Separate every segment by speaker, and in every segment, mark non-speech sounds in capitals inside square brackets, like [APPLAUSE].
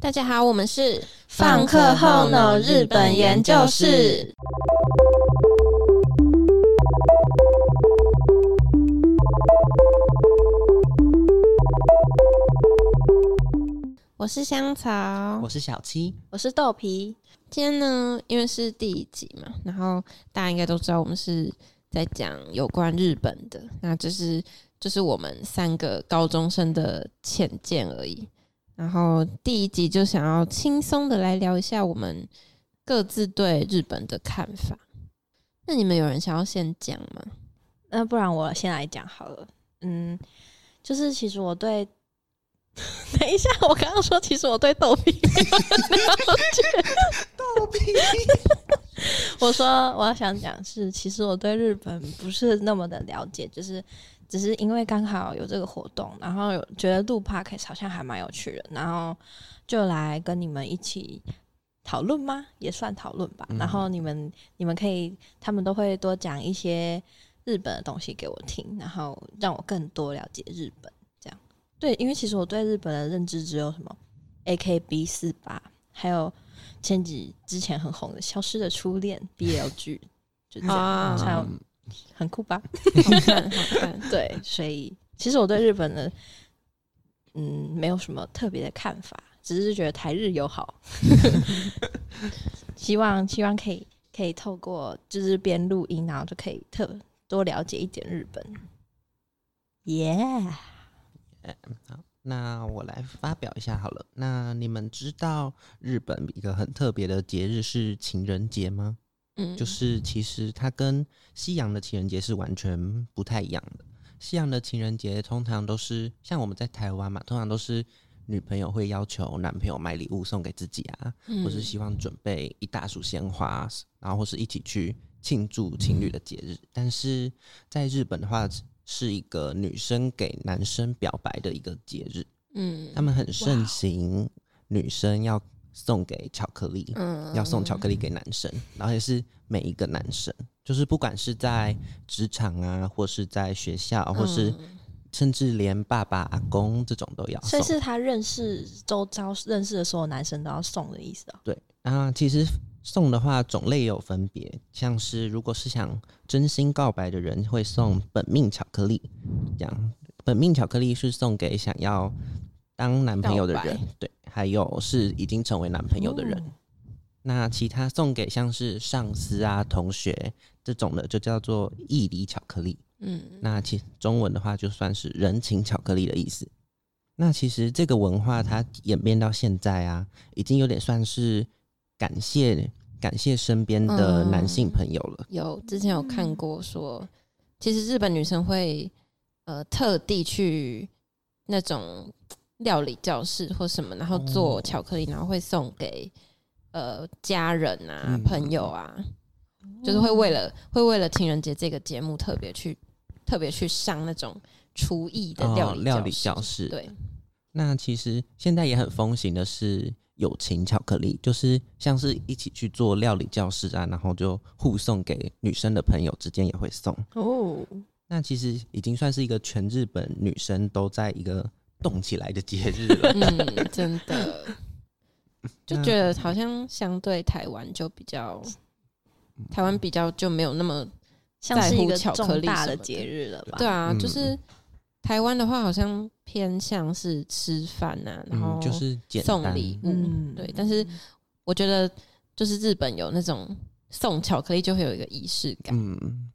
Speaker 1: 大家好，我们是
Speaker 2: 放课后呢日本研究室。
Speaker 1: 我是香草
Speaker 2: 我，是小七，
Speaker 1: 我是豆皮。今天呢，因为是第一集嘛，然后大家应该都知道我们是在讲有关日本的，那这是就是我们三个高中生的浅见而已。然后第一集就想要轻松的来聊一下我们各自对日本的看法。那你们有人想要先讲
Speaker 2: [LAUGHS]
Speaker 1: 吗？
Speaker 3: 那不然我先来讲好了。嗯，就是其实我对， [LAUGHS] 等一下，我刚刚说其实我对豆皮没有了解，
Speaker 2: 逗比，
Speaker 3: [LAUGHS] 我说我想讲是，其实我对日本不是那么的了解，就是只是因为刚好有这个活动，然后有觉得录 podcast 好像还蛮有趣的，然后就来跟你们一起。讨论吗？也算讨论吧。
Speaker 2: 嗯
Speaker 3: 然后你们你们可以，他们都会多讲一些日本的东西给我听，然后让我更多了解日本。这样对，因为其实我对日本的认知只有什么 A K B 四八，还有前几之前很红的《消失的初恋》B L G，就这样，
Speaker 1: 啊
Speaker 3: 还有
Speaker 2: 嗯
Speaker 3: 很酷吧？
Speaker 1: 好看，好看。
Speaker 3: 对， [LAUGHS] 所以其实我对日本的嗯没有什么特别的看法，只是觉得台日友好，希望希望可以可以透过就是边录音，然后就可以特多了解一点日本。Yeah，
Speaker 2: 那我来发表一下好了。那你们知道日本一个很特别的节日是情人节吗？
Speaker 1: 嗯，
Speaker 2: 就是其实它跟西洋的情人节是完全不太一样的。西洋的情人节通常都是像我们在台湾嘛，通常都是女朋友会要求男朋友买礼物送给自己啊，
Speaker 1: 嗯
Speaker 2: 或
Speaker 3: 嗯
Speaker 2: 是希望准备一大束鲜花，然后或是一起去庆祝情侣的节日。但是在日本的话，是一个女生给男生表白的一个节日，
Speaker 1: 嗯
Speaker 2: 他们很盛
Speaker 3: 哦
Speaker 2: 行女生要送给巧克力，
Speaker 1: 嗯
Speaker 2: 要送巧克力给男生，然后也是每一个男生，就是不管是在职场啊，或是在学校，或是
Speaker 3: 嗯
Speaker 1: 嗯
Speaker 2: 甚至连爸爸、阿公这种都要
Speaker 3: 所
Speaker 2: 啊送
Speaker 3: 以。是他认识周遭认识的所有男生都要送的意思啊、
Speaker 2: 对，那其实送的话种类也有分别，像是如果是想真心告白的人，会送本命巧克力，这样本命巧克力是送给想要当男朋友的人
Speaker 1: 告，
Speaker 2: 对，还有是已经成为男朋友的人。
Speaker 3: 哦
Speaker 2: 那其他送给像是上司啊、同学这种的，就叫做义理巧克力。
Speaker 1: 嗯
Speaker 2: 那其中文的话就算是人情巧克力的意思。那其实这个文化它演变到现在啊，已经有点算是感谢感谢身边的
Speaker 1: 嗯
Speaker 2: 男性朋友了。
Speaker 1: 有之前有看
Speaker 2: 嗯
Speaker 1: 过说，其实日本女生会呃特地去那种料理教室或什么，然后做
Speaker 2: 哦
Speaker 1: 巧克力，然后会送给呃家人啊、
Speaker 2: 嗯哦
Speaker 1: 朋友啊，就是会为了会为了情人节这个节目特别去特别去上那种厨艺的料理
Speaker 2: 哦料理
Speaker 1: 室
Speaker 2: 教室，
Speaker 1: 对，
Speaker 2: 那其实现在也很风行的是友情巧克力，就是像是一起去做料理教室啊，然后就互送给女生的朋友之间也会送。
Speaker 3: 哦，
Speaker 2: 那其实已经算是一个全日本女生都在一个动起来的节日了。
Speaker 1: 嗯， [LAUGHS] 真的。
Speaker 2: [LAUGHS]
Speaker 1: 就
Speaker 2: 那
Speaker 1: 觉得好像相对台湾就比较，
Speaker 2: 嗯
Speaker 1: 台湾比较就没有那么
Speaker 3: 像是一
Speaker 1: 在乎
Speaker 3: 个
Speaker 1: 巧克
Speaker 3: 重
Speaker 1: 力
Speaker 3: 大
Speaker 1: 什么
Speaker 3: 的
Speaker 1: 的
Speaker 3: 节日了吧？
Speaker 1: 对啊，
Speaker 2: 嗯
Speaker 1: 就是台湾的话好像偏向是吃饭呐、然后、
Speaker 2: 嗯，就是简单
Speaker 1: 送礼物，
Speaker 3: 嗯
Speaker 1: 嗯对。但是我觉得就是日本有那种送巧克力就会有一个仪式感，
Speaker 2: 嗯，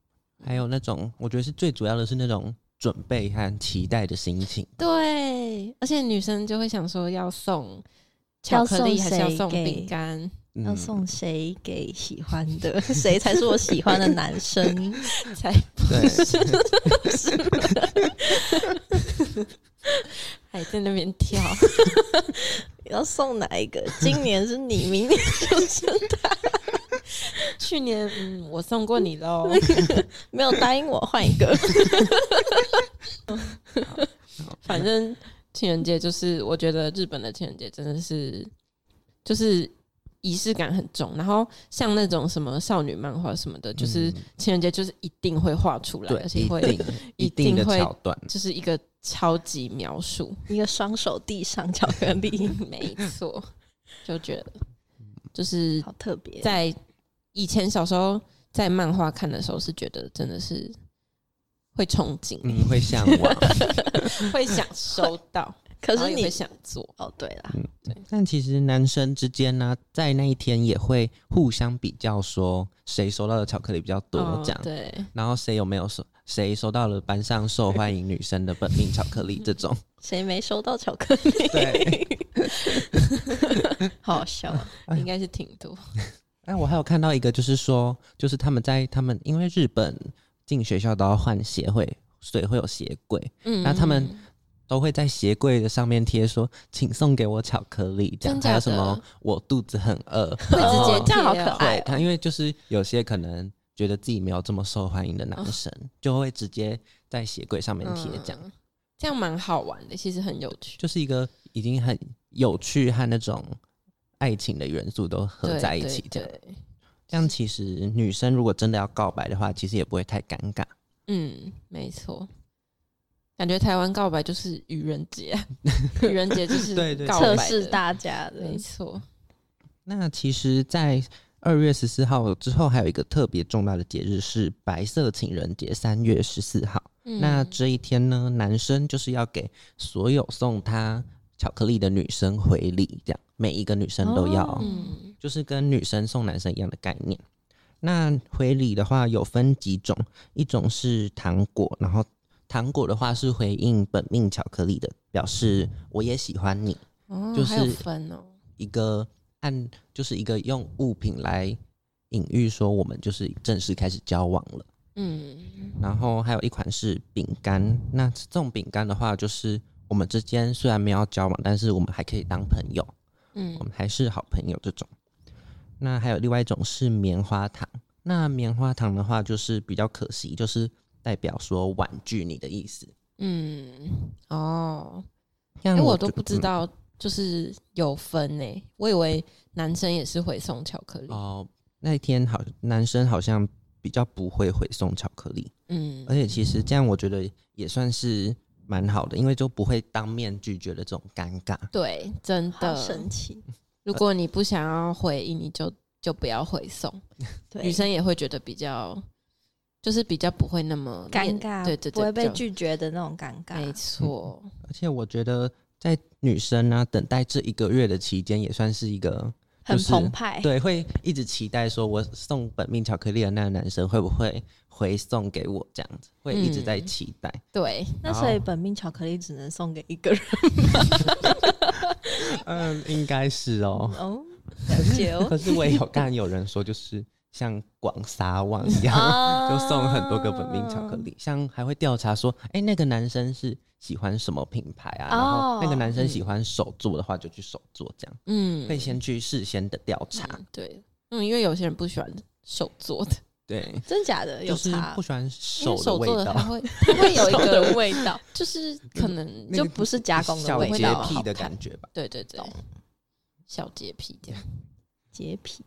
Speaker 2: 还有那种，我觉得是最主要的是那种准备和期待的心情。
Speaker 1: 对，而且女生就会想说要送巧克力
Speaker 3: 要送
Speaker 1: 还是要
Speaker 3: 谁
Speaker 1: 送
Speaker 3: 给
Speaker 1: 饼干， [LAUGHS]
Speaker 2: 嗯、
Speaker 3: 要送谁给喜欢的？谁才是我喜欢的
Speaker 1: [LAUGHS]
Speaker 3: 男生？
Speaker 1: 才
Speaker 2: 对，
Speaker 1: 还在那边
Speaker 3: [LAUGHS]
Speaker 1: 跳。
Speaker 3: 要送哪一个？今年是你，明年就是他。
Speaker 1: 去年嗯，我送过你喽。
Speaker 3: 没有答应我，换一个。
Speaker 1: 反正情人节就是，我觉得日本的情人节真的是，就是仪式感很重。然后像那种什么少女漫画什么的，就是
Speaker 2: 嗯
Speaker 1: 情人节就是一定会画出来，
Speaker 2: 对
Speaker 1: 而，且
Speaker 2: 一
Speaker 1: 会
Speaker 2: 定
Speaker 1: 一
Speaker 2: 一定的
Speaker 1: 定会
Speaker 2: 桥段，
Speaker 1: 就是一个超级描
Speaker 2: [LAUGHS]
Speaker 1: 述，
Speaker 3: 一个双手递上巧克力，
Speaker 1: 没错，就觉得就是
Speaker 3: 好特别。
Speaker 1: 在以前小时候在漫画看的时候，是觉得真的是会憧憬，
Speaker 2: 嗯，会向往。嗯
Speaker 1: 会想收
Speaker 2: [LAUGHS]
Speaker 1: 到，
Speaker 3: 可
Speaker 1: 然后
Speaker 3: 是
Speaker 1: 也
Speaker 3: 你
Speaker 1: 会想做，
Speaker 3: 哦，对啦，
Speaker 2: 但其实男生之间呢、在那一天也会互相比较，说谁收到的巧克力比较多，
Speaker 1: 嗯
Speaker 2: 这样，
Speaker 1: 对，
Speaker 2: 然后谁有没有收，谁收到了班上受欢迎女生的本命巧克力这种。
Speaker 3: 谁没收到巧克力？
Speaker 2: 对，
Speaker 3: 好好笑啊！
Speaker 2: 哎
Speaker 1: 应该是挺多。
Speaker 2: 哎，我还有看到一个，就是说，就是他们在他们因为日本进学校都要换鞋会，所以会有鞋柜，
Speaker 1: 嗯
Speaker 2: 那他们都会在鞋柜的上面贴说，请送给我巧克力，这样
Speaker 1: 真假
Speaker 2: 还有什
Speaker 1: 的
Speaker 2: 么我肚子很饿，
Speaker 1: 嗯会
Speaker 2: 然
Speaker 1: 直
Speaker 2: 后
Speaker 1: 接
Speaker 3: 哦这样好
Speaker 1: 贴
Speaker 3: 可
Speaker 1: 哦
Speaker 3: 爱
Speaker 2: 对他，因为就是有些可能觉得自己没有这么受欢迎的男生，就会直接在鞋柜上面贴，这样、
Speaker 1: 嗯这样蛮好玩的，其实很有趣。
Speaker 2: 就是一个已经很有趣和那种爱情的元素都合
Speaker 1: 对
Speaker 2: 在一
Speaker 1: 对
Speaker 2: 起，这样
Speaker 1: 对
Speaker 2: 这样其实女生如果真的要告白的话，其实也不会太尴尬。
Speaker 1: 嗯，没错。感觉台湾告白就是愚人
Speaker 2: [LAUGHS]
Speaker 1: 节，愚人节就是
Speaker 2: 对对
Speaker 1: 告白
Speaker 3: 测
Speaker 1: 的
Speaker 3: 试，大家的
Speaker 1: 没，错。
Speaker 2: 那其实，在二月十四号之后，还有一个特别重大的节日是白色情人节，三月十四号。
Speaker 1: 嗯
Speaker 2: 那这一天呢，男生就是要给所有送他巧克力的女生回礼，这样每一个女生都要，
Speaker 3: 哦
Speaker 1: 嗯
Speaker 2: 就是跟女生送男生一样的概念。那回礼的话有分几种，一种是糖果，然后糖果的话是回应本命巧克力的，表示我也喜欢你，
Speaker 1: 哦，
Speaker 2: 就是
Speaker 1: 还有分哦，
Speaker 2: 一个按就是一个用物品来隐喻说我们就是正式开始交往了。
Speaker 1: 嗯
Speaker 2: 然后还有一款是饼干。那这种饼干的话，就是我们之间虽然没有交往，但是我们还可以当朋友，
Speaker 1: 嗯
Speaker 2: 我们还是好朋友这种。那还有另外一种是棉花糖。那棉花糖的话，就是比较可惜，就是代表说婉拒你的意思。
Speaker 1: 嗯，哦，
Speaker 2: 因
Speaker 1: 哎，我都不知道，就是有分呢。我以为男生也是会送巧克力，
Speaker 2: 哦、那一天好，男生好像比较不会回送巧克力，
Speaker 1: 嗯
Speaker 2: 而且其实这样我觉得也算是蛮好的，因为就不会当面拒绝的这种尴尬。
Speaker 1: 对，真
Speaker 3: 好
Speaker 1: 的
Speaker 3: 神。奇。
Speaker 1: 如果你不想要回应，你就就不要回送。
Speaker 3: 对，
Speaker 1: 女生也会觉得比较，就是比较不会那么
Speaker 3: 尴
Speaker 1: 面
Speaker 3: 尬，
Speaker 1: 对对对，
Speaker 3: 不会被
Speaker 1: 比较，
Speaker 3: 拒绝的那种尴
Speaker 1: 没
Speaker 3: 尬。
Speaker 1: 错，
Speaker 2: 而且我觉得，在女生呢、等待这一个月的期间，也算是一个
Speaker 3: 很
Speaker 2: 就是
Speaker 3: 澎湃，
Speaker 2: 对，会一直期待说，我送本命巧克力的那个男生会不会回送给我这样子，会一直在
Speaker 1: 嗯
Speaker 2: 期待。
Speaker 1: 对，
Speaker 3: 那所以本命巧克力只能送给一个人
Speaker 2: [LAUGHS] 嗯，应该是哦。
Speaker 3: 哦，了解哦
Speaker 2: [LAUGHS] 可是我也有看有人说，就是像广撒网一样，
Speaker 3: 啊
Speaker 2: 就送很多个本命巧克。
Speaker 1: 哦
Speaker 2: 力，像还会调查说，哎、那个男生是喜欢什么品牌啊？然后那个
Speaker 3: 哦
Speaker 2: 男生喜欢手做的话，就去手做这样。
Speaker 1: 嗯，
Speaker 2: 会先去事先的调查，
Speaker 1: 嗯对，嗯，因为有些人不喜欢手做的，
Speaker 2: 对，
Speaker 3: 真假的有
Speaker 2: 就是
Speaker 3: 差
Speaker 2: 不，喜欢
Speaker 1: 因为
Speaker 2: 手的
Speaker 1: 手
Speaker 2: 味
Speaker 1: 做的它
Speaker 2: 道，
Speaker 1: 会它会有一
Speaker 3: 手的
Speaker 2: [LAUGHS]
Speaker 1: 个，
Speaker 3: 味道，
Speaker 1: 就是可能
Speaker 2: 那
Speaker 1: 就
Speaker 2: 个
Speaker 3: 就不是加工的
Speaker 2: 小
Speaker 3: 味
Speaker 2: 洁
Speaker 3: 道，哦
Speaker 2: 癖的
Speaker 3: 好看
Speaker 2: 感觉吧。
Speaker 1: 对对对
Speaker 3: 懂，
Speaker 1: 小洁癖这样，
Speaker 3: 洁癖。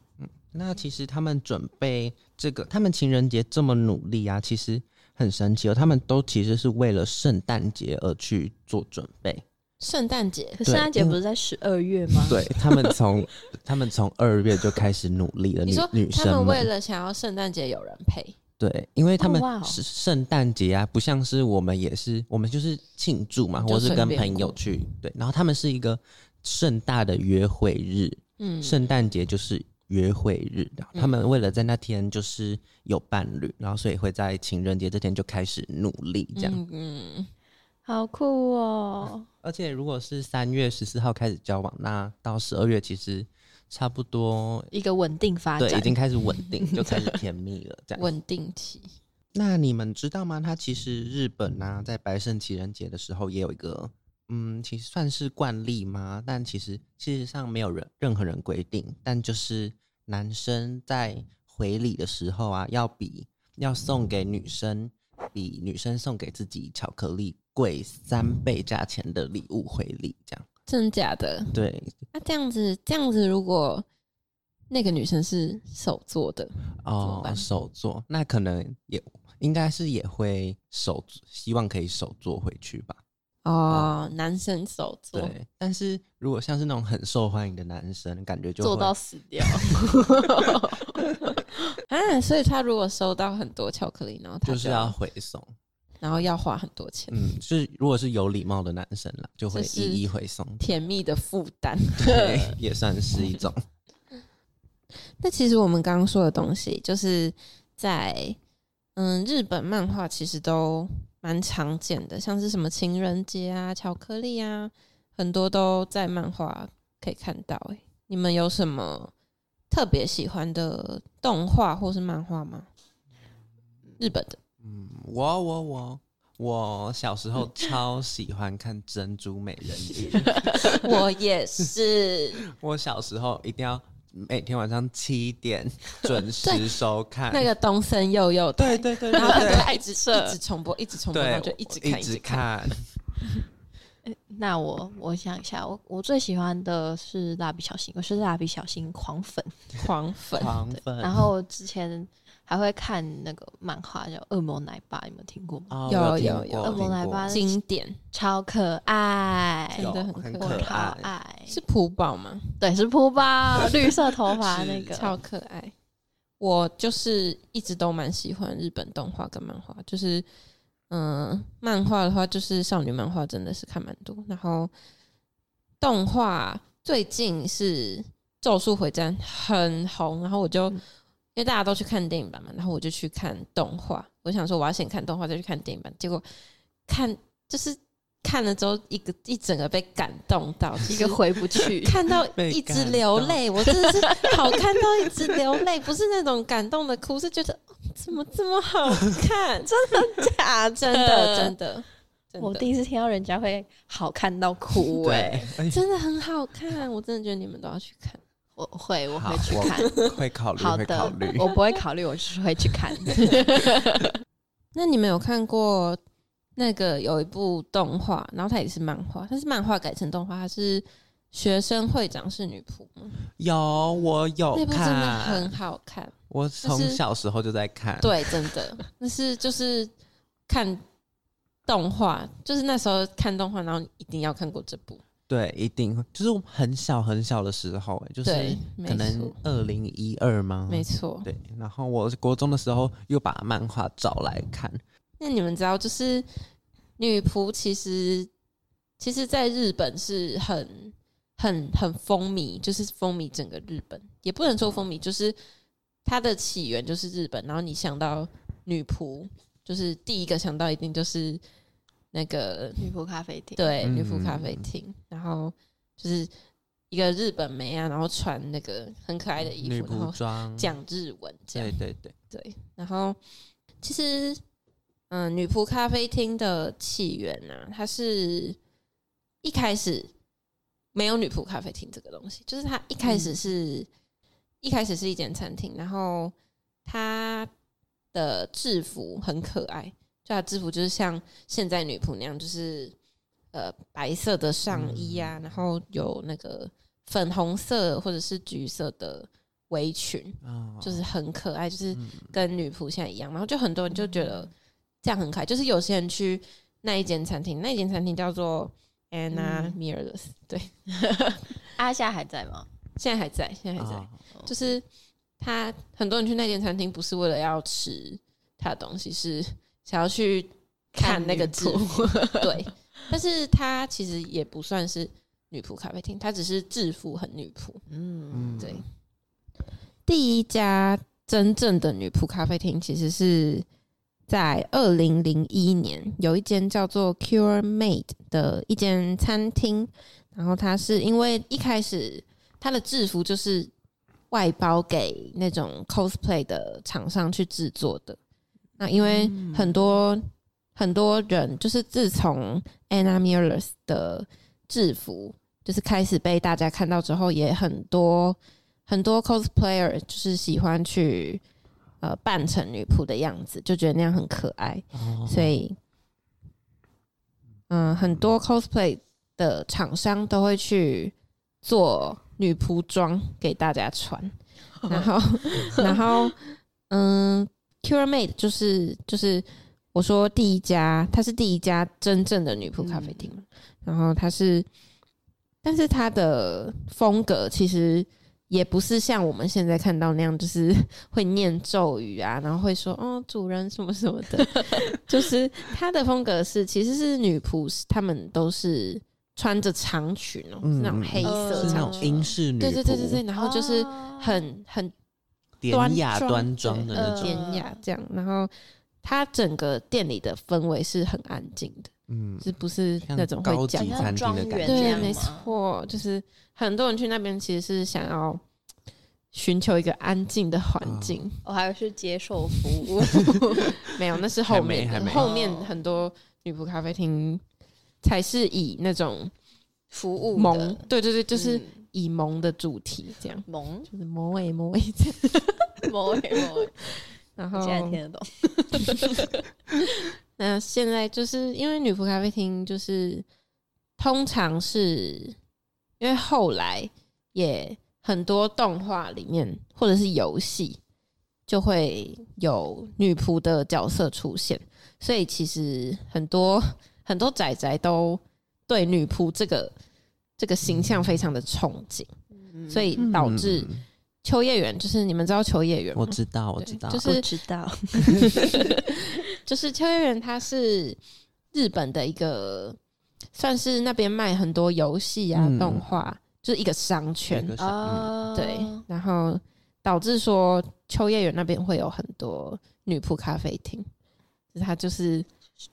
Speaker 2: 那其实他们准备这个，他们情人节这么努力啊，其实很神奇哦。他们都其实是为了圣诞节而去做准备。
Speaker 1: [LAUGHS] 圣诞节
Speaker 3: 可圣诞节
Speaker 2: 因为
Speaker 3: 不是在十二月吗？
Speaker 2: 对他们从他们从二月就开始努力了，
Speaker 1: 你
Speaker 2: 女
Speaker 1: 说
Speaker 2: 女
Speaker 1: 他
Speaker 2: 生
Speaker 1: 们
Speaker 2: 们
Speaker 1: 为了想要圣诞节有人陪，
Speaker 2: 对，因为他们
Speaker 3: 哦哇哦
Speaker 2: 是圣诞节啊，不像是我们也是，我们就是庆祝嘛，
Speaker 1: 就
Speaker 2: 或是
Speaker 1: 顺
Speaker 2: 跟
Speaker 1: 便
Speaker 2: 朋友
Speaker 1: 过
Speaker 2: 去对，然后他们是一个盛大的约会日，
Speaker 1: 嗯，
Speaker 2: 圣诞节就是约会日，然后他们为了在那天就是有伴侣，然后所以会在情人节这天就开始努力这样。
Speaker 1: 嗯嗯，
Speaker 3: 好酷哦！
Speaker 2: 而且如果是三月十四号开始交往，那到十二月其实差不多。
Speaker 3: 一个稳定发
Speaker 2: 对，已
Speaker 3: 展，
Speaker 2: 经开始稳
Speaker 1: [LAUGHS]
Speaker 2: 定，就开始甜蜜了。这
Speaker 1: 嗯
Speaker 2: 样，
Speaker 1: 稳定期，
Speaker 2: 那你们知道吗？它其实日本呢、在白圣情人节的时候也有一个，嗯，其实算是惯例吗？但其实事实上没有人任何人规定，但就是男生在回礼的时候啊，要比要送给女生比女生送给自己巧克力贵三倍价钱的礼物回礼，这样
Speaker 1: 真假的，啊
Speaker 2: 对，
Speaker 1: 那、这样子，这样子，如果那个女生是手做的，么
Speaker 2: 哦，
Speaker 1: 办
Speaker 2: 手做，那可能也应该是也会手，希望可以手做回去吧。
Speaker 1: 哦，男生手做，
Speaker 2: 对，但是如果像是那种很受欢迎的男生，感觉就
Speaker 3: 做
Speaker 2: 会
Speaker 3: 到死掉。 [LAUGHS]
Speaker 1: 啊，所以他如果收到很多巧克力，然后他
Speaker 2: 就是要回送。
Speaker 1: 然后要花很多钱，
Speaker 2: 嗯，是如果是有礼貌的男生啦，就会
Speaker 1: 就是
Speaker 2: 一一回送。
Speaker 1: 甜蜜的负担。
Speaker 2: 对，
Speaker 1: [LAUGHS]
Speaker 2: 也算是一种。 [LAUGHS]
Speaker 1: 那其实我们刚刚说的东西，就是在嗯日本漫画其实都蛮常见的，像是什么情人节啊、巧克力啊，很多都在漫画可以看到、欸。你们有什么特别喜欢的动画或是漫画吗？日本
Speaker 2: [LAUGHS]
Speaker 1: 的
Speaker 2: 嗯，我我我我小时候超喜欢看《珍珠美人鱼》，
Speaker 1: [LAUGHS] 我也是，
Speaker 2: 我小时候一定要每天晚上七
Speaker 1: [LAUGHS]
Speaker 2: 点准
Speaker 1: 对
Speaker 2: 时收看。
Speaker 1: 那个东森幼幼的， [LAUGHS]
Speaker 2: 对对对
Speaker 1: 然后他
Speaker 2: 对
Speaker 1: 就
Speaker 2: 对。
Speaker 1: 一直一直重播，一直重播，然后就
Speaker 2: 对，我
Speaker 1: 一直看，
Speaker 2: 一直。看，
Speaker 3: 那我我想一下，我我最喜欢的是蜡笔小新，我是蜡笔小新狂粉。
Speaker 1: 狂粉，
Speaker 2: 狂粉。
Speaker 3: 然后之前还会看那个漫画叫《恶魔奶爸》，有没有听过吗？
Speaker 2: 哦
Speaker 1: 有有
Speaker 2: 我有听过
Speaker 1: 有
Speaker 2: 我
Speaker 3: 恶魔
Speaker 2: 听
Speaker 3: 奶
Speaker 2: 过
Speaker 3: 爸
Speaker 1: 经典
Speaker 3: 超可爱，
Speaker 1: 真
Speaker 2: 有
Speaker 1: 的很
Speaker 2: 很
Speaker 1: 可
Speaker 2: 可
Speaker 3: 我超
Speaker 2: 爱。
Speaker 3: 爱。
Speaker 1: 是普宝吗？
Speaker 3: 对，是扑 [LAUGHS] 吧，绿色头发
Speaker 2: 是
Speaker 3: 那个，
Speaker 1: 超可爱。我就是一直都蛮喜欢日本动画跟漫画，就是嗯、呃漫画的话就是少女漫画真的是看蛮多，然后动画最近是《咒术回战》很红，然后我就、
Speaker 3: 嗯
Speaker 1: 因为大家都去看电影版嘛，然后我就去看动画，我想说我要先看动画再去看电影版，结果看就是看了之后一个一整个被感动
Speaker 3: [LAUGHS]
Speaker 1: 到，
Speaker 3: 一
Speaker 1: 一。
Speaker 3: 个回不去 [LAUGHS]
Speaker 1: 看到
Speaker 2: [LAUGHS] 被
Speaker 1: 一直
Speaker 2: 感
Speaker 1: 流
Speaker 2: 动
Speaker 1: 泪，我真的是好看到一直流泪，不是那种感动的哭，是觉得哦怎么这么好看， [LAUGHS] 真的呃假真的真的真
Speaker 3: 我
Speaker 1: 的
Speaker 3: 第一次听到人家会好看到哭哎、
Speaker 2: 对，哎
Speaker 1: 真的很好看，我真的觉得你们都要去看。
Speaker 3: 我会我
Speaker 2: 好
Speaker 3: 会去
Speaker 2: 我
Speaker 3: 看，
Speaker 2: 会考虑，
Speaker 3: 好
Speaker 2: 会考
Speaker 3: 的
Speaker 2: 虑，。
Speaker 3: [LAUGHS]
Speaker 1: 哦
Speaker 3: 我不会考虑，我就是会去看。
Speaker 1: 那你们有看过那个有一部动画，然后它也是漫画，它是漫画改成动画，它是学生会长是女仆吗？
Speaker 2: 有，我有
Speaker 1: 那部真的很
Speaker 2: 看，
Speaker 1: 好看，
Speaker 2: 我从
Speaker 1: 是
Speaker 2: 小时候就在看。，
Speaker 1: 对，真的，那是就是看动画，就是那时候看动画，然后你一定要看过这部，
Speaker 2: 对，一定会，就是我很小很小的时候、哎，就是
Speaker 1: 对，没
Speaker 2: 可能嗯
Speaker 1: 错，
Speaker 2: 二零一二吗？
Speaker 1: 没错。
Speaker 2: 对，然后我国中的时候又把漫画找来看，
Speaker 1: 那你们知道，就是女仆其实其实在日本是很很很风靡，就是风靡整个日本，也不能说风靡，就是它的起源就是日本。然后你想到女仆，就是第一个想到一定就是那个
Speaker 3: [LAUGHS] 女仆咖啡店，
Speaker 1: 对，
Speaker 2: 嗯
Speaker 1: 女仆咖啡厅，然后就是一个日本妹啊，然后穿那个很可爱的衣
Speaker 2: 女
Speaker 1: 服，然后
Speaker 2: 仆装，
Speaker 1: 讲日文这
Speaker 2: 对
Speaker 1: 样，
Speaker 2: 对对，
Speaker 1: 对，然后其实嗯、呃女仆咖啡厅的起源啊，它是一开始没有女仆咖啡厅这个东西，就是它一开始是、一开始是一间餐厅，然后它的制服很可爱，就它制服就是像现在女仆那样，就是呃白色的上衣啊，然后有那个粉红色或者是橘色的围裙，
Speaker 2: 哦
Speaker 1: 就是很可爱，就是
Speaker 2: 嗯
Speaker 1: 跟女仆现在一样。然后就很多人就觉得这样很可爱，就是有些人去那一间餐厅，那一间餐厅叫做 Anna
Speaker 3: 嗯
Speaker 1: Mirrors，、对，
Speaker 3: 阿夏还在吗？
Speaker 1: 现在还在，现在还在。
Speaker 2: 哦
Speaker 1: 就是他很多人去那间餐厅不是为了要吃他的东西，是想要去看那个制服。
Speaker 3: [LAUGHS]
Speaker 1: 对，但是他其实也不算是女仆咖啡厅，他只是制服很女仆。
Speaker 3: 嗯
Speaker 2: 嗯，
Speaker 1: 对，第一家真正的女仆咖啡厅其实是在二零零一年，有一间叫做 Cure Made 的一间餐厅。然后它是因为一开始它的制服就是外包给那种 cosplay 的厂商去制作的。那因为很多、很多人就是自从 Anna m i r r o r s 的制服就是开始被大家看到之后，也很多很多 cosplayer 就是喜欢去呃扮成女仆的样子，就觉得那样很可爱。
Speaker 2: 哦
Speaker 1: 所以，嗯、很多 cosplay 的厂商都会去做女仆装给大家穿，然后然后嗯，Cure Mate 就是就是我说第一家，它是第一家真正的女仆咖啡厅嘛，然后它是，但是它的风格其实。也不是像我们现在看到那样，就是会念咒语啊，然后会说“哦，主人什么什么
Speaker 3: [LAUGHS]
Speaker 1: 的”，就是它的风格是其实是女仆，她们都是穿着长裙哦、
Speaker 2: 嗯
Speaker 1: 是那种黑色
Speaker 2: 是那
Speaker 1: 长
Speaker 2: 种
Speaker 1: 裙，
Speaker 2: 英式女仆，
Speaker 1: 对对对对对，然后就是
Speaker 3: 哦
Speaker 1: 很很
Speaker 2: 典雅端
Speaker 1: 端
Speaker 2: 庄
Speaker 1: 庄呃
Speaker 2: 的
Speaker 3: 对
Speaker 2: 那
Speaker 3: 嗯
Speaker 2: 种，
Speaker 1: 典雅这样，然后它整个店里的氛围是很安静的，
Speaker 2: 嗯，
Speaker 1: 是不是
Speaker 2: 像
Speaker 1: 那种
Speaker 2: 高
Speaker 1: 会
Speaker 2: 级
Speaker 1: 讲话
Speaker 2: 餐厅的
Speaker 3: 像庄
Speaker 2: 感
Speaker 3: 园
Speaker 2: 觉，嗯
Speaker 3: 这
Speaker 1: 对，
Speaker 3: 样
Speaker 1: 没
Speaker 3: 吗
Speaker 1: 错，就是很多人去那边其实是想要寻求一个安静的
Speaker 2: 嗯
Speaker 1: 环境，
Speaker 3: 我还是接受服 [LAUGHS] 务，
Speaker 1: 没有，那是后面
Speaker 2: 还没还
Speaker 1: 的
Speaker 2: 没
Speaker 1: 后面很多女仆咖啡厅才是以那种
Speaker 3: 服务的
Speaker 1: 萌，对对对，就是
Speaker 3: 嗯
Speaker 1: 以萌的主题这样，
Speaker 3: 萌 [LAUGHS]
Speaker 1: 就是萌诶萌诶这样， [LAUGHS] 啊
Speaker 3: 萌欸萌
Speaker 1: 嗯
Speaker 3: 欸，
Speaker 1: 然
Speaker 3: 我
Speaker 1: 后
Speaker 3: 现在听得懂。
Speaker 1: 那现在就是因为女仆咖啡厅，就是通常是因为后来也很多动画里面或者是游戏就会有女仆的角色出现，所以其实很多很多仔仔都对女仆这个这个形象非常的憧憬，所以导致
Speaker 2: 嗯
Speaker 1: 秋叶原就是你们知道秋叶原吗
Speaker 2: 我？知道，我
Speaker 1: 对
Speaker 2: 知道，
Speaker 1: 就是
Speaker 3: 我知道，
Speaker 1: [LAUGHS] 就是秋叶原，它是日本的一个，算是那边卖很多游戏啊、
Speaker 2: 嗯
Speaker 1: 动画，就是一个商圈
Speaker 2: 那。个是嗯
Speaker 3: 哦，
Speaker 1: 对，然后导致说秋叶原那边会有很多女仆咖啡厅，就是它就是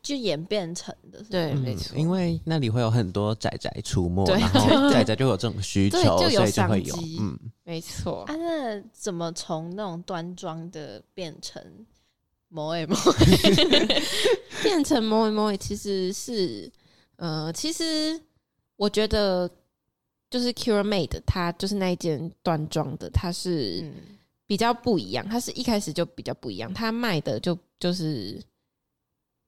Speaker 3: 就演变成的，是
Speaker 1: 对，
Speaker 2: 嗯
Speaker 1: 没错，
Speaker 2: 因为那里会有很多仔仔出没，
Speaker 1: 对 [LAUGHS]
Speaker 2: 然后仔仔就有这种需求，
Speaker 1: 对就有
Speaker 2: 所以就会有
Speaker 1: 商机
Speaker 2: 嗯，
Speaker 1: 没错
Speaker 3: 啊，，那怎么从那种端庄的变成某诶某？
Speaker 1: 变成 m o i m o i 其实是，呃，其实我觉得就是 Cure Made 它就是那一间端庄的，它是。
Speaker 3: 嗯，
Speaker 1: 比较不一样，它是一开始就比较不一样，它卖的就就是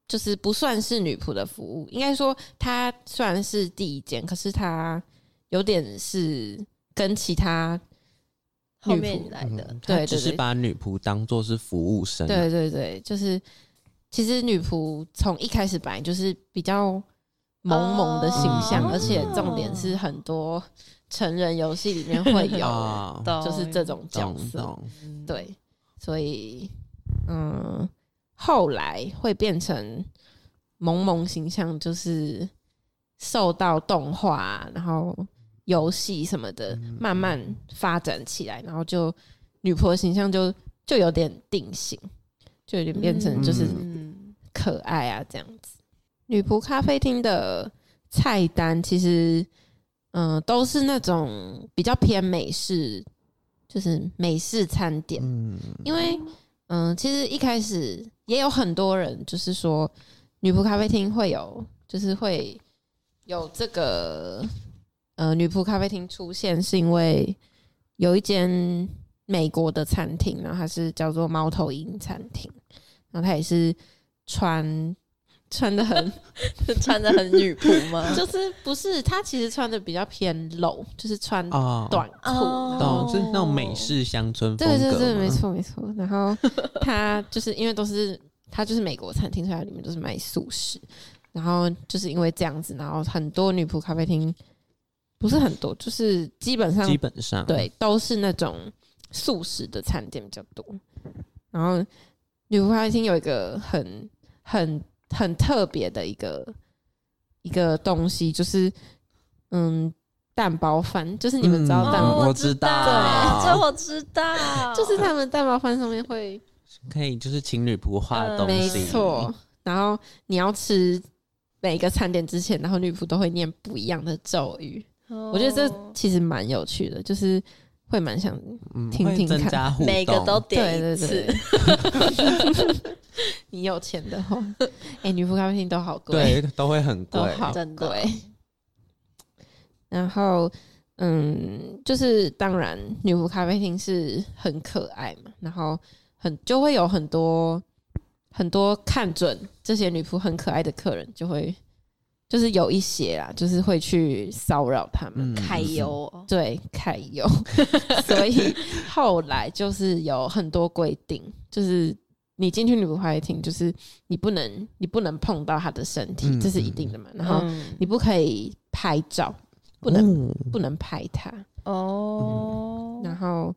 Speaker 1: 就是不算是女仆的服务，应该说它虽然是第一间，可是它有点是跟其他
Speaker 3: [LAUGHS] 后
Speaker 1: 女
Speaker 3: 面
Speaker 1: 仆
Speaker 3: 来的
Speaker 2: 嗯，他
Speaker 1: 对
Speaker 2: 只
Speaker 1: 对
Speaker 2: 是
Speaker 1: 对
Speaker 2: 把女仆当做是服务生，
Speaker 1: 对对对，就是其实女仆从一开始本来就是比较萌萌的形象，
Speaker 2: 哦
Speaker 1: 而且重点是很多成人游戏里面会
Speaker 2: [LAUGHS]
Speaker 1: 有，
Speaker 2: 啊，
Speaker 3: 懂
Speaker 1: 嗯就是这种角
Speaker 2: 懂
Speaker 1: 色。
Speaker 2: 懂，
Speaker 3: 嗯
Speaker 1: 对，所以嗯，后来会变成萌萌形象，就是受到动画，然后游戏什么的慢慢发展起来，然后就女仆的形象就就有点定型，就有点变成就是
Speaker 3: 嗯
Speaker 1: 可爱啊这样子。女仆咖啡厅的菜单其实，嗯、都是那种比较偏美式，就是美式餐点。
Speaker 2: 嗯，
Speaker 1: 因为嗯、其实一开始也有很多人就是说，女仆咖啡厅会有，就是会有这个呃女仆咖啡厅出现，是因为有一间美国的餐厅，然后它是叫做猫头鹰餐厅，然后它也是穿穿的很，？
Speaker 3: 是穿的很女仆吗
Speaker 1: [LAUGHS] 就是不是它其实穿的比较偏露，就是穿
Speaker 2: 哦，
Speaker 1: 嗯短裤，
Speaker 3: 哦
Speaker 2: 懂，是那种美式乡村风
Speaker 1: 对
Speaker 2: 格
Speaker 1: 对
Speaker 2: 吗，
Speaker 1: 对，没错没错。然
Speaker 2: [LAUGHS]
Speaker 1: 后他就是因为都是他就是美国餐厅，所以它里面都是卖素食。然后就是因为这样子，然后很多女仆咖啡厅不是很多，就是基本上
Speaker 2: 基本上
Speaker 1: 对都是那种素食的餐店比较多。然后女仆咖啡厅有一个很很很特别的一个一个东西，就是嗯蛋包饭，就是你们知道
Speaker 2: 嗯
Speaker 1: 蛋包、
Speaker 2: 我
Speaker 3: 哦
Speaker 2: 知道
Speaker 3: 这我知道，
Speaker 1: 就是他们蛋包饭上面会
Speaker 2: 可以就是情侣不化的
Speaker 3: 嗯
Speaker 2: 东
Speaker 1: 呃没
Speaker 2: 西，
Speaker 1: 错，，然后你要吃每个餐点之前，然后女仆都会念不一样的咒语。
Speaker 3: 我
Speaker 2: 哦
Speaker 1: 我觉得这其实蛮有趣的，就是会蛮想
Speaker 2: 嗯，
Speaker 1: 听
Speaker 2: 会
Speaker 1: 听
Speaker 2: 增
Speaker 1: 看
Speaker 2: 加互动，
Speaker 3: 每个都
Speaker 1: 对
Speaker 3: 点一
Speaker 1: 对
Speaker 3: 次
Speaker 1: 对。。 [LAUGHS] 你有钱的话，哎、女仆咖啡厅都好贵，
Speaker 2: 对都会很
Speaker 1: 都
Speaker 2: 贵，
Speaker 1: 好
Speaker 3: 真的
Speaker 1: 贵。然后，嗯，就是当然，女仆咖啡厅是很可爱嘛，然后很就会有很多很多看准这些女仆很可爱的客人，就会就是有一些啦，就是会去骚扰他们。
Speaker 2: 嗯
Speaker 3: 揩油哦，
Speaker 1: 对，揩油， [LAUGHS] 所以后来就是有很多规定，就是你进去女仆咖啡厅，就是你不能你不能碰到她的身体，
Speaker 2: 嗯
Speaker 1: 这是一定的嘛。然后
Speaker 3: 嗯
Speaker 1: 你不可以拍照，不能、
Speaker 2: 能
Speaker 1: 不能拍她。
Speaker 3: 哦，
Speaker 1: 然后，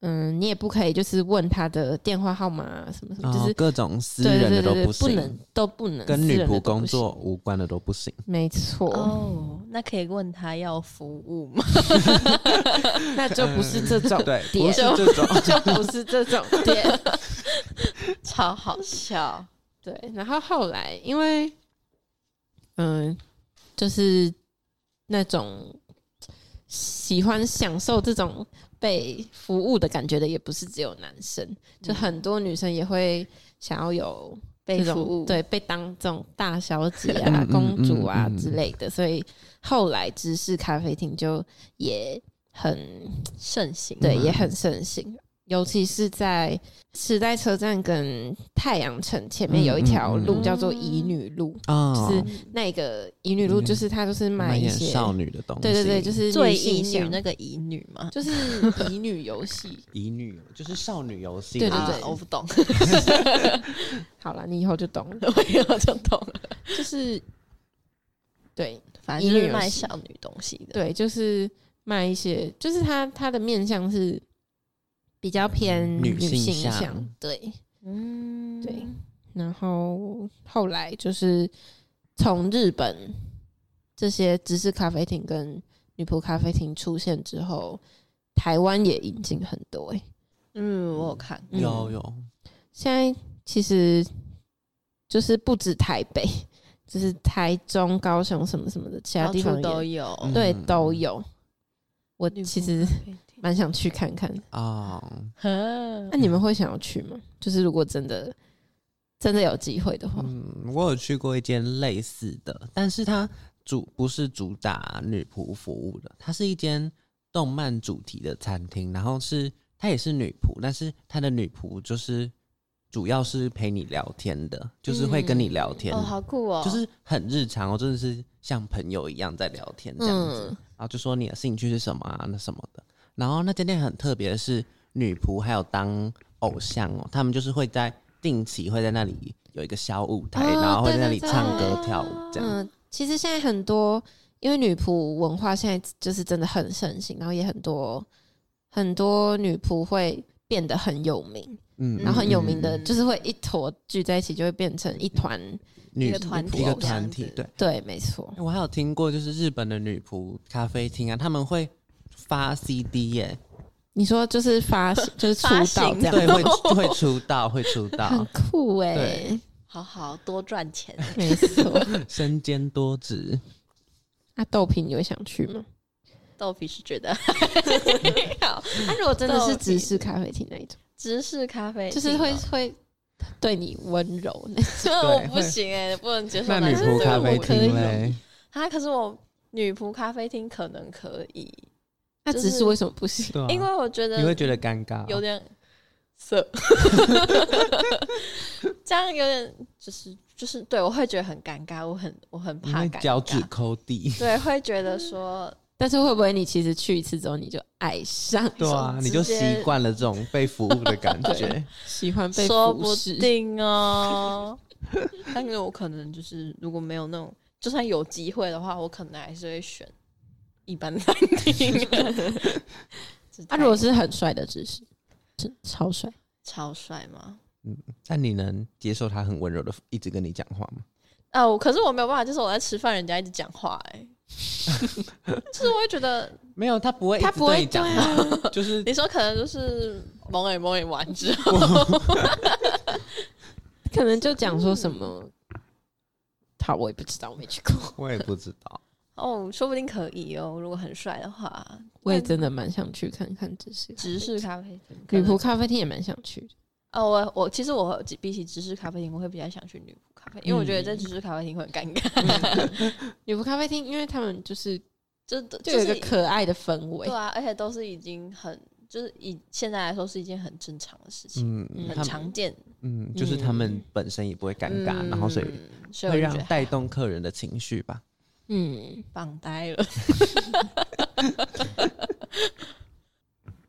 Speaker 1: 嗯，你也不可以就是问她的电话号码、啊、什么什么，就
Speaker 2: 就
Speaker 1: 是是
Speaker 2: 嗯各种哦私
Speaker 1: 对
Speaker 2: 人
Speaker 1: 对
Speaker 2: 的
Speaker 1: 对对，
Speaker 2: 都行，
Speaker 1: 能都不能
Speaker 2: 跟
Speaker 1: 私
Speaker 2: 女
Speaker 1: 人的
Speaker 2: 仆
Speaker 1: 都不
Speaker 2: 工
Speaker 1: 行
Speaker 2: 作无关的都不行。
Speaker 1: 没错，
Speaker 3: 哦，那可以问他要服务
Speaker 1: [LAUGHS]
Speaker 3: 吗？
Speaker 1: 那就不是这种
Speaker 2: [LAUGHS] 对，
Speaker 1: 点
Speaker 2: 不是这种，
Speaker 1: [LAUGHS] 就不是这种店。
Speaker 3: 超好笑，
Speaker 1: 对，然后后来因为，嗯，就是那种喜欢享受这种被服务的感觉的，也不是只有男生，就
Speaker 2: 嗯
Speaker 1: 很多女生也会想要有
Speaker 3: 被
Speaker 1: 这种
Speaker 3: 服务，
Speaker 1: 对，被当这种大小姐啊
Speaker 2: 嗯、
Speaker 1: [LAUGHS]
Speaker 2: 嗯
Speaker 1: 公主啊
Speaker 2: 嗯嗯
Speaker 1: 之类的，所以后来芝士咖啡厅就也很
Speaker 3: 盛行，
Speaker 1: 对，
Speaker 2: 嗯
Speaker 1: 也很盛行，尤其是在时代车站跟太阳城前面
Speaker 2: 嗯
Speaker 1: 有一条
Speaker 2: 嗯
Speaker 1: 路
Speaker 3: 嗯
Speaker 1: 叫做乙女路，
Speaker 2: [LAUGHS] 哦
Speaker 1: 就是那个乙女路
Speaker 2: 嗯
Speaker 1: 就是它就是卖
Speaker 2: 卖
Speaker 1: 一
Speaker 2: 点
Speaker 1: 些，
Speaker 2: 少女的东西，
Speaker 1: 对对对，就是
Speaker 3: 最乙
Speaker 1: 乙
Speaker 3: 女那个乙女吗？
Speaker 1: [LAUGHS] 就是乙女游
Speaker 2: [LAUGHS]
Speaker 1: 戏。
Speaker 2: 乙女就是少女游戏，
Speaker 1: 对对
Speaker 3: 啊
Speaker 1: 对
Speaker 3: 我
Speaker 1: [LAUGHS]
Speaker 3: 不懂，
Speaker 1: 好了，你以后就懂了，
Speaker 3: [LAUGHS] 我以后就懂了。
Speaker 1: 就是对
Speaker 3: 反正就
Speaker 1: 乙女
Speaker 3: 是
Speaker 1: 游戏
Speaker 3: 卖少女东西的，
Speaker 1: 对，就是卖一些，就是它它的面向是比较偏
Speaker 2: 女性
Speaker 1: 性
Speaker 2: 向
Speaker 1: 对，
Speaker 3: 嗯，
Speaker 1: 对然后后来就是从日本这些芝士咖啡厅跟女仆咖啡厅出现之后，台湾也引进很多、欸。
Speaker 3: 嗯，我有看，
Speaker 1: 嗯
Speaker 2: 有有，
Speaker 1: 现在其实就是不止台北，就是台中、高雄什么什么的，其他
Speaker 3: 到
Speaker 1: 地方
Speaker 3: 处
Speaker 1: 也
Speaker 3: 哦都有。
Speaker 2: 嗯
Speaker 1: 对都有。我
Speaker 3: 女仆嗯
Speaker 1: 其实
Speaker 3: 咖啡厅
Speaker 1: 蛮想去看看。
Speaker 2: 哦，
Speaker 3: 啊
Speaker 1: 那、你们会想要去吗？就是如果真的真的有机会的话，
Speaker 2: 嗯，我有去过一间类似的，但是它主不是主打女仆服务的，它是一间动漫主题的餐厅，然后是它也是女仆，但是它的女仆就是主要是陪你聊天的，就是会
Speaker 1: 嗯
Speaker 2: 跟你聊天，
Speaker 3: 哦，好酷哦，
Speaker 2: 就是很日常哦，真的是像朋友一样在聊天这样子，
Speaker 1: 嗯
Speaker 2: 然后就说你的兴趣是什么啊，那什么的。然后那间店很特别的是，女仆还有当偶像哦，他们就是会在定期会在那里有一个小舞台，
Speaker 1: 哦
Speaker 2: 然后会在那里
Speaker 1: 对对
Speaker 2: 唱歌
Speaker 1: 对
Speaker 2: 跳舞这样。
Speaker 1: 嗯，其实现在很多，因为女仆文化现在就是真的很盛行，然后也很多很多女仆会变得很有名，
Speaker 2: 嗯
Speaker 1: 然后很有名的
Speaker 2: 嗯
Speaker 1: 就是会一坨聚在一起，就会变成一团。
Speaker 2: 嗯女
Speaker 3: 一个团体
Speaker 2: 一个
Speaker 3: 这样
Speaker 2: 团体
Speaker 3: 子
Speaker 2: 对。
Speaker 1: 对，没错，
Speaker 2: 我还有听过，就是日本的女仆咖啡厅啊，他们会发 CD 耶、
Speaker 1: 你说就是发 [LAUGHS] 就是出
Speaker 3: 发
Speaker 1: 道
Speaker 3: 行
Speaker 1: 这样， [LAUGHS]
Speaker 2: 对，会会出道，会出
Speaker 1: 很 [LAUGHS]
Speaker 2: 道，
Speaker 1: 酷哎、
Speaker 2: 对
Speaker 3: 好好多赚
Speaker 1: [LAUGHS]
Speaker 3: 钱。
Speaker 1: 没错。
Speaker 2: 身兼多职。
Speaker 1: 那豆皮你会想去吗？
Speaker 3: 豆皮是
Speaker 1: [LAUGHS]
Speaker 3: 觉得好，
Speaker 1: 那、啊如果真的是
Speaker 3: 豆皮
Speaker 1: 只是咖啡厅那一种，
Speaker 3: 芝士咖啡
Speaker 1: 就是 [LAUGHS] 会会对你温柔 [LAUGHS] 那种。
Speaker 3: 这我
Speaker 2: 对
Speaker 3: 不
Speaker 2: 会
Speaker 3: 行哎、不能接受
Speaker 2: 那
Speaker 3: 男
Speaker 2: 女
Speaker 3: 生
Speaker 2: 仆
Speaker 3: 对
Speaker 2: 咖
Speaker 3: 我
Speaker 2: 啡
Speaker 3: 可
Speaker 1: 以
Speaker 2: 厅嘞？
Speaker 3: 啊，可是我女仆咖啡厅可能可以，
Speaker 1: 那
Speaker 3: 就
Speaker 1: 只是
Speaker 3: 是
Speaker 1: 为什么不行？ [LAUGHS]
Speaker 2: 对啊
Speaker 3: 因为我觉得
Speaker 2: 你会觉得尴
Speaker 1: 啊
Speaker 2: 尬，哦
Speaker 3: 有点
Speaker 1: [LAUGHS]
Speaker 3: 色，这样有点就是就是对我会觉得很尴尬，我很我很
Speaker 2: 你
Speaker 3: 怕
Speaker 2: 会
Speaker 3: 尴
Speaker 2: 脚趾
Speaker 3: 尬，
Speaker 2: 抠地，
Speaker 3: 对，会觉得说
Speaker 1: 但是会不会你其实去一次之后你就爱上，
Speaker 2: 对啊，你就
Speaker 3: 直
Speaker 2: 习
Speaker 3: 接
Speaker 2: 惯了这种被服务的感觉
Speaker 1: 对。喜欢 [LAUGHS] 被
Speaker 3: 说
Speaker 1: 服
Speaker 3: 不
Speaker 1: 侍？ [LAUGHS]
Speaker 3: 定哦。但是我可能就是如果没有那种，就算有机会的话，我可能还是会选一般餐厅。
Speaker 1: [LAUGHS] 啊，如果是很帅的姿势，是超帅，
Speaker 3: 超帅吗？
Speaker 2: 但你能接受他很温柔的一直跟你讲话吗？
Speaker 3: 啊，我可是我没有办法，就是我在吃饭，人家一直讲话、哎， [LAUGHS] 就是我会觉得，
Speaker 2: 没有，他不会，
Speaker 1: 他不会
Speaker 2: 你讲
Speaker 1: 对
Speaker 2: 话， [LAUGHS] 就是
Speaker 3: 你说可能就是蒙眼蒙眼完之后，
Speaker 1: 可能就讲说什么，他我也不知道，我没去
Speaker 3: [LAUGHS]
Speaker 1: 过，
Speaker 2: 我也不知道。
Speaker 3: 哦，说不定可以哦，如果很帅的话，
Speaker 1: 我也真的蛮想去看看芝士。
Speaker 3: 直视咖啡厅可
Speaker 1: 女
Speaker 3: 能
Speaker 1: 仆咖啡厅也蛮想去的，
Speaker 3: 哦，我我其实我比起芝士咖啡厅，我会比较想去女仆咖啡，因为我觉得在芝士咖啡厅会很尴尬， [LAUGHS]
Speaker 1: 女仆咖啡厅，因为他们就是
Speaker 3: 就
Speaker 1: 就
Speaker 3: 就
Speaker 1: 有一
Speaker 3: 是
Speaker 1: 个可爱的氛围
Speaker 3: 对，啊，而且都是已经很就是以现在来说是一件很正常的事情，
Speaker 2: 嗯，
Speaker 3: 很
Speaker 2: 他们
Speaker 3: 常见，
Speaker 2: 嗯，就是他们本身也不会尴尬，
Speaker 3: 嗯
Speaker 2: 然后所以
Speaker 3: 所以
Speaker 2: 会
Speaker 3: 我就
Speaker 2: 让
Speaker 3: 觉得
Speaker 2: 带动客人的情绪吧。
Speaker 1: 嗯，
Speaker 3: 棒呆了。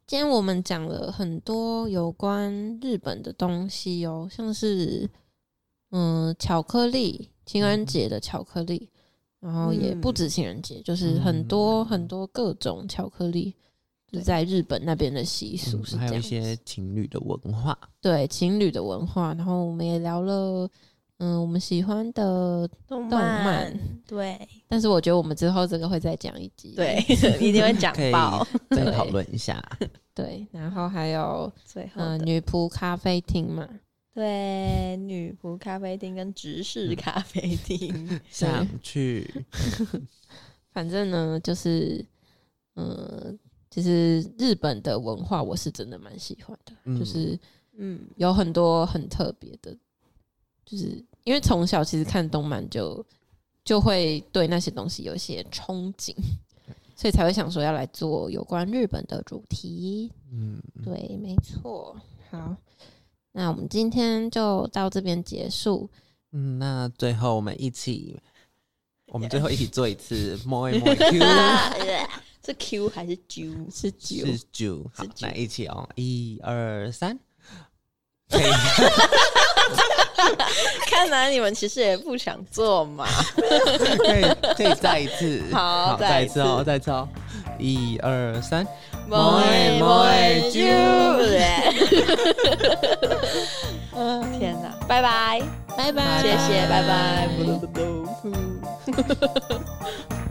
Speaker 1: 今天我们讲了很多有关日本的东西哦，像是嗯巧克力，情人节的巧克力，然后也
Speaker 3: 嗯
Speaker 1: 不止情人节，就是很多、
Speaker 2: 嗯
Speaker 1: 很多各种巧克力，就是在日本那边的习俗是
Speaker 2: 嗯还
Speaker 1: 这
Speaker 2: 有
Speaker 1: 样。
Speaker 2: 一些情侣的文化，
Speaker 1: 对情侣的文化，然后我们也聊了。嗯，我们喜欢的，
Speaker 3: 动
Speaker 1: 漫
Speaker 3: 对
Speaker 1: 但是我觉得我们之后这个会再讲一集。
Speaker 3: 对，
Speaker 1: [LAUGHS]
Speaker 3: 一定会讲
Speaker 2: 可以
Speaker 3: 爆。
Speaker 2: 再讨论一下。
Speaker 1: 对，然后还有
Speaker 3: 最后
Speaker 1: 呃
Speaker 3: 的、
Speaker 1: 女仆咖啡厅嘛，
Speaker 3: 对女仆咖啡厅跟直视咖啡厅，
Speaker 2: 想去
Speaker 1: 反正呢，就是，呃，就是日本的文化，我是真的蛮喜欢的，
Speaker 2: 嗯
Speaker 1: 就是
Speaker 3: 嗯，
Speaker 1: 有很多很特别的，就是因为从小其实看动漫就就会对那些东西有一些憧憬，所以才会想说要来做有关日本的主题。
Speaker 2: 嗯，
Speaker 1: 对，没错。好，那我们今天就到这边结束。
Speaker 2: 嗯，那最后我们一起，我们最后一起做一次摸一摸
Speaker 3: [LAUGHS]
Speaker 2: Q
Speaker 3: 是 Q 还是 Q？
Speaker 1: 是九
Speaker 2: 是九，好
Speaker 3: 是，九
Speaker 2: 来一起哦，一二
Speaker 3: [LAUGHS]
Speaker 2: 三，可以，
Speaker 3: 看来你们其实也不想做嘛。
Speaker 2: 可以，可以再一次，
Speaker 3: 好再
Speaker 2: 再
Speaker 3: 一
Speaker 2: 一次哦，
Speaker 3: 次
Speaker 2: 再一次哦，一二三，
Speaker 3: 摸一摸一 Q，天 [LAUGHS] 哪，拜拜，
Speaker 1: 拜拜，
Speaker 3: 谢谢，拜拜，不嘟不嘟。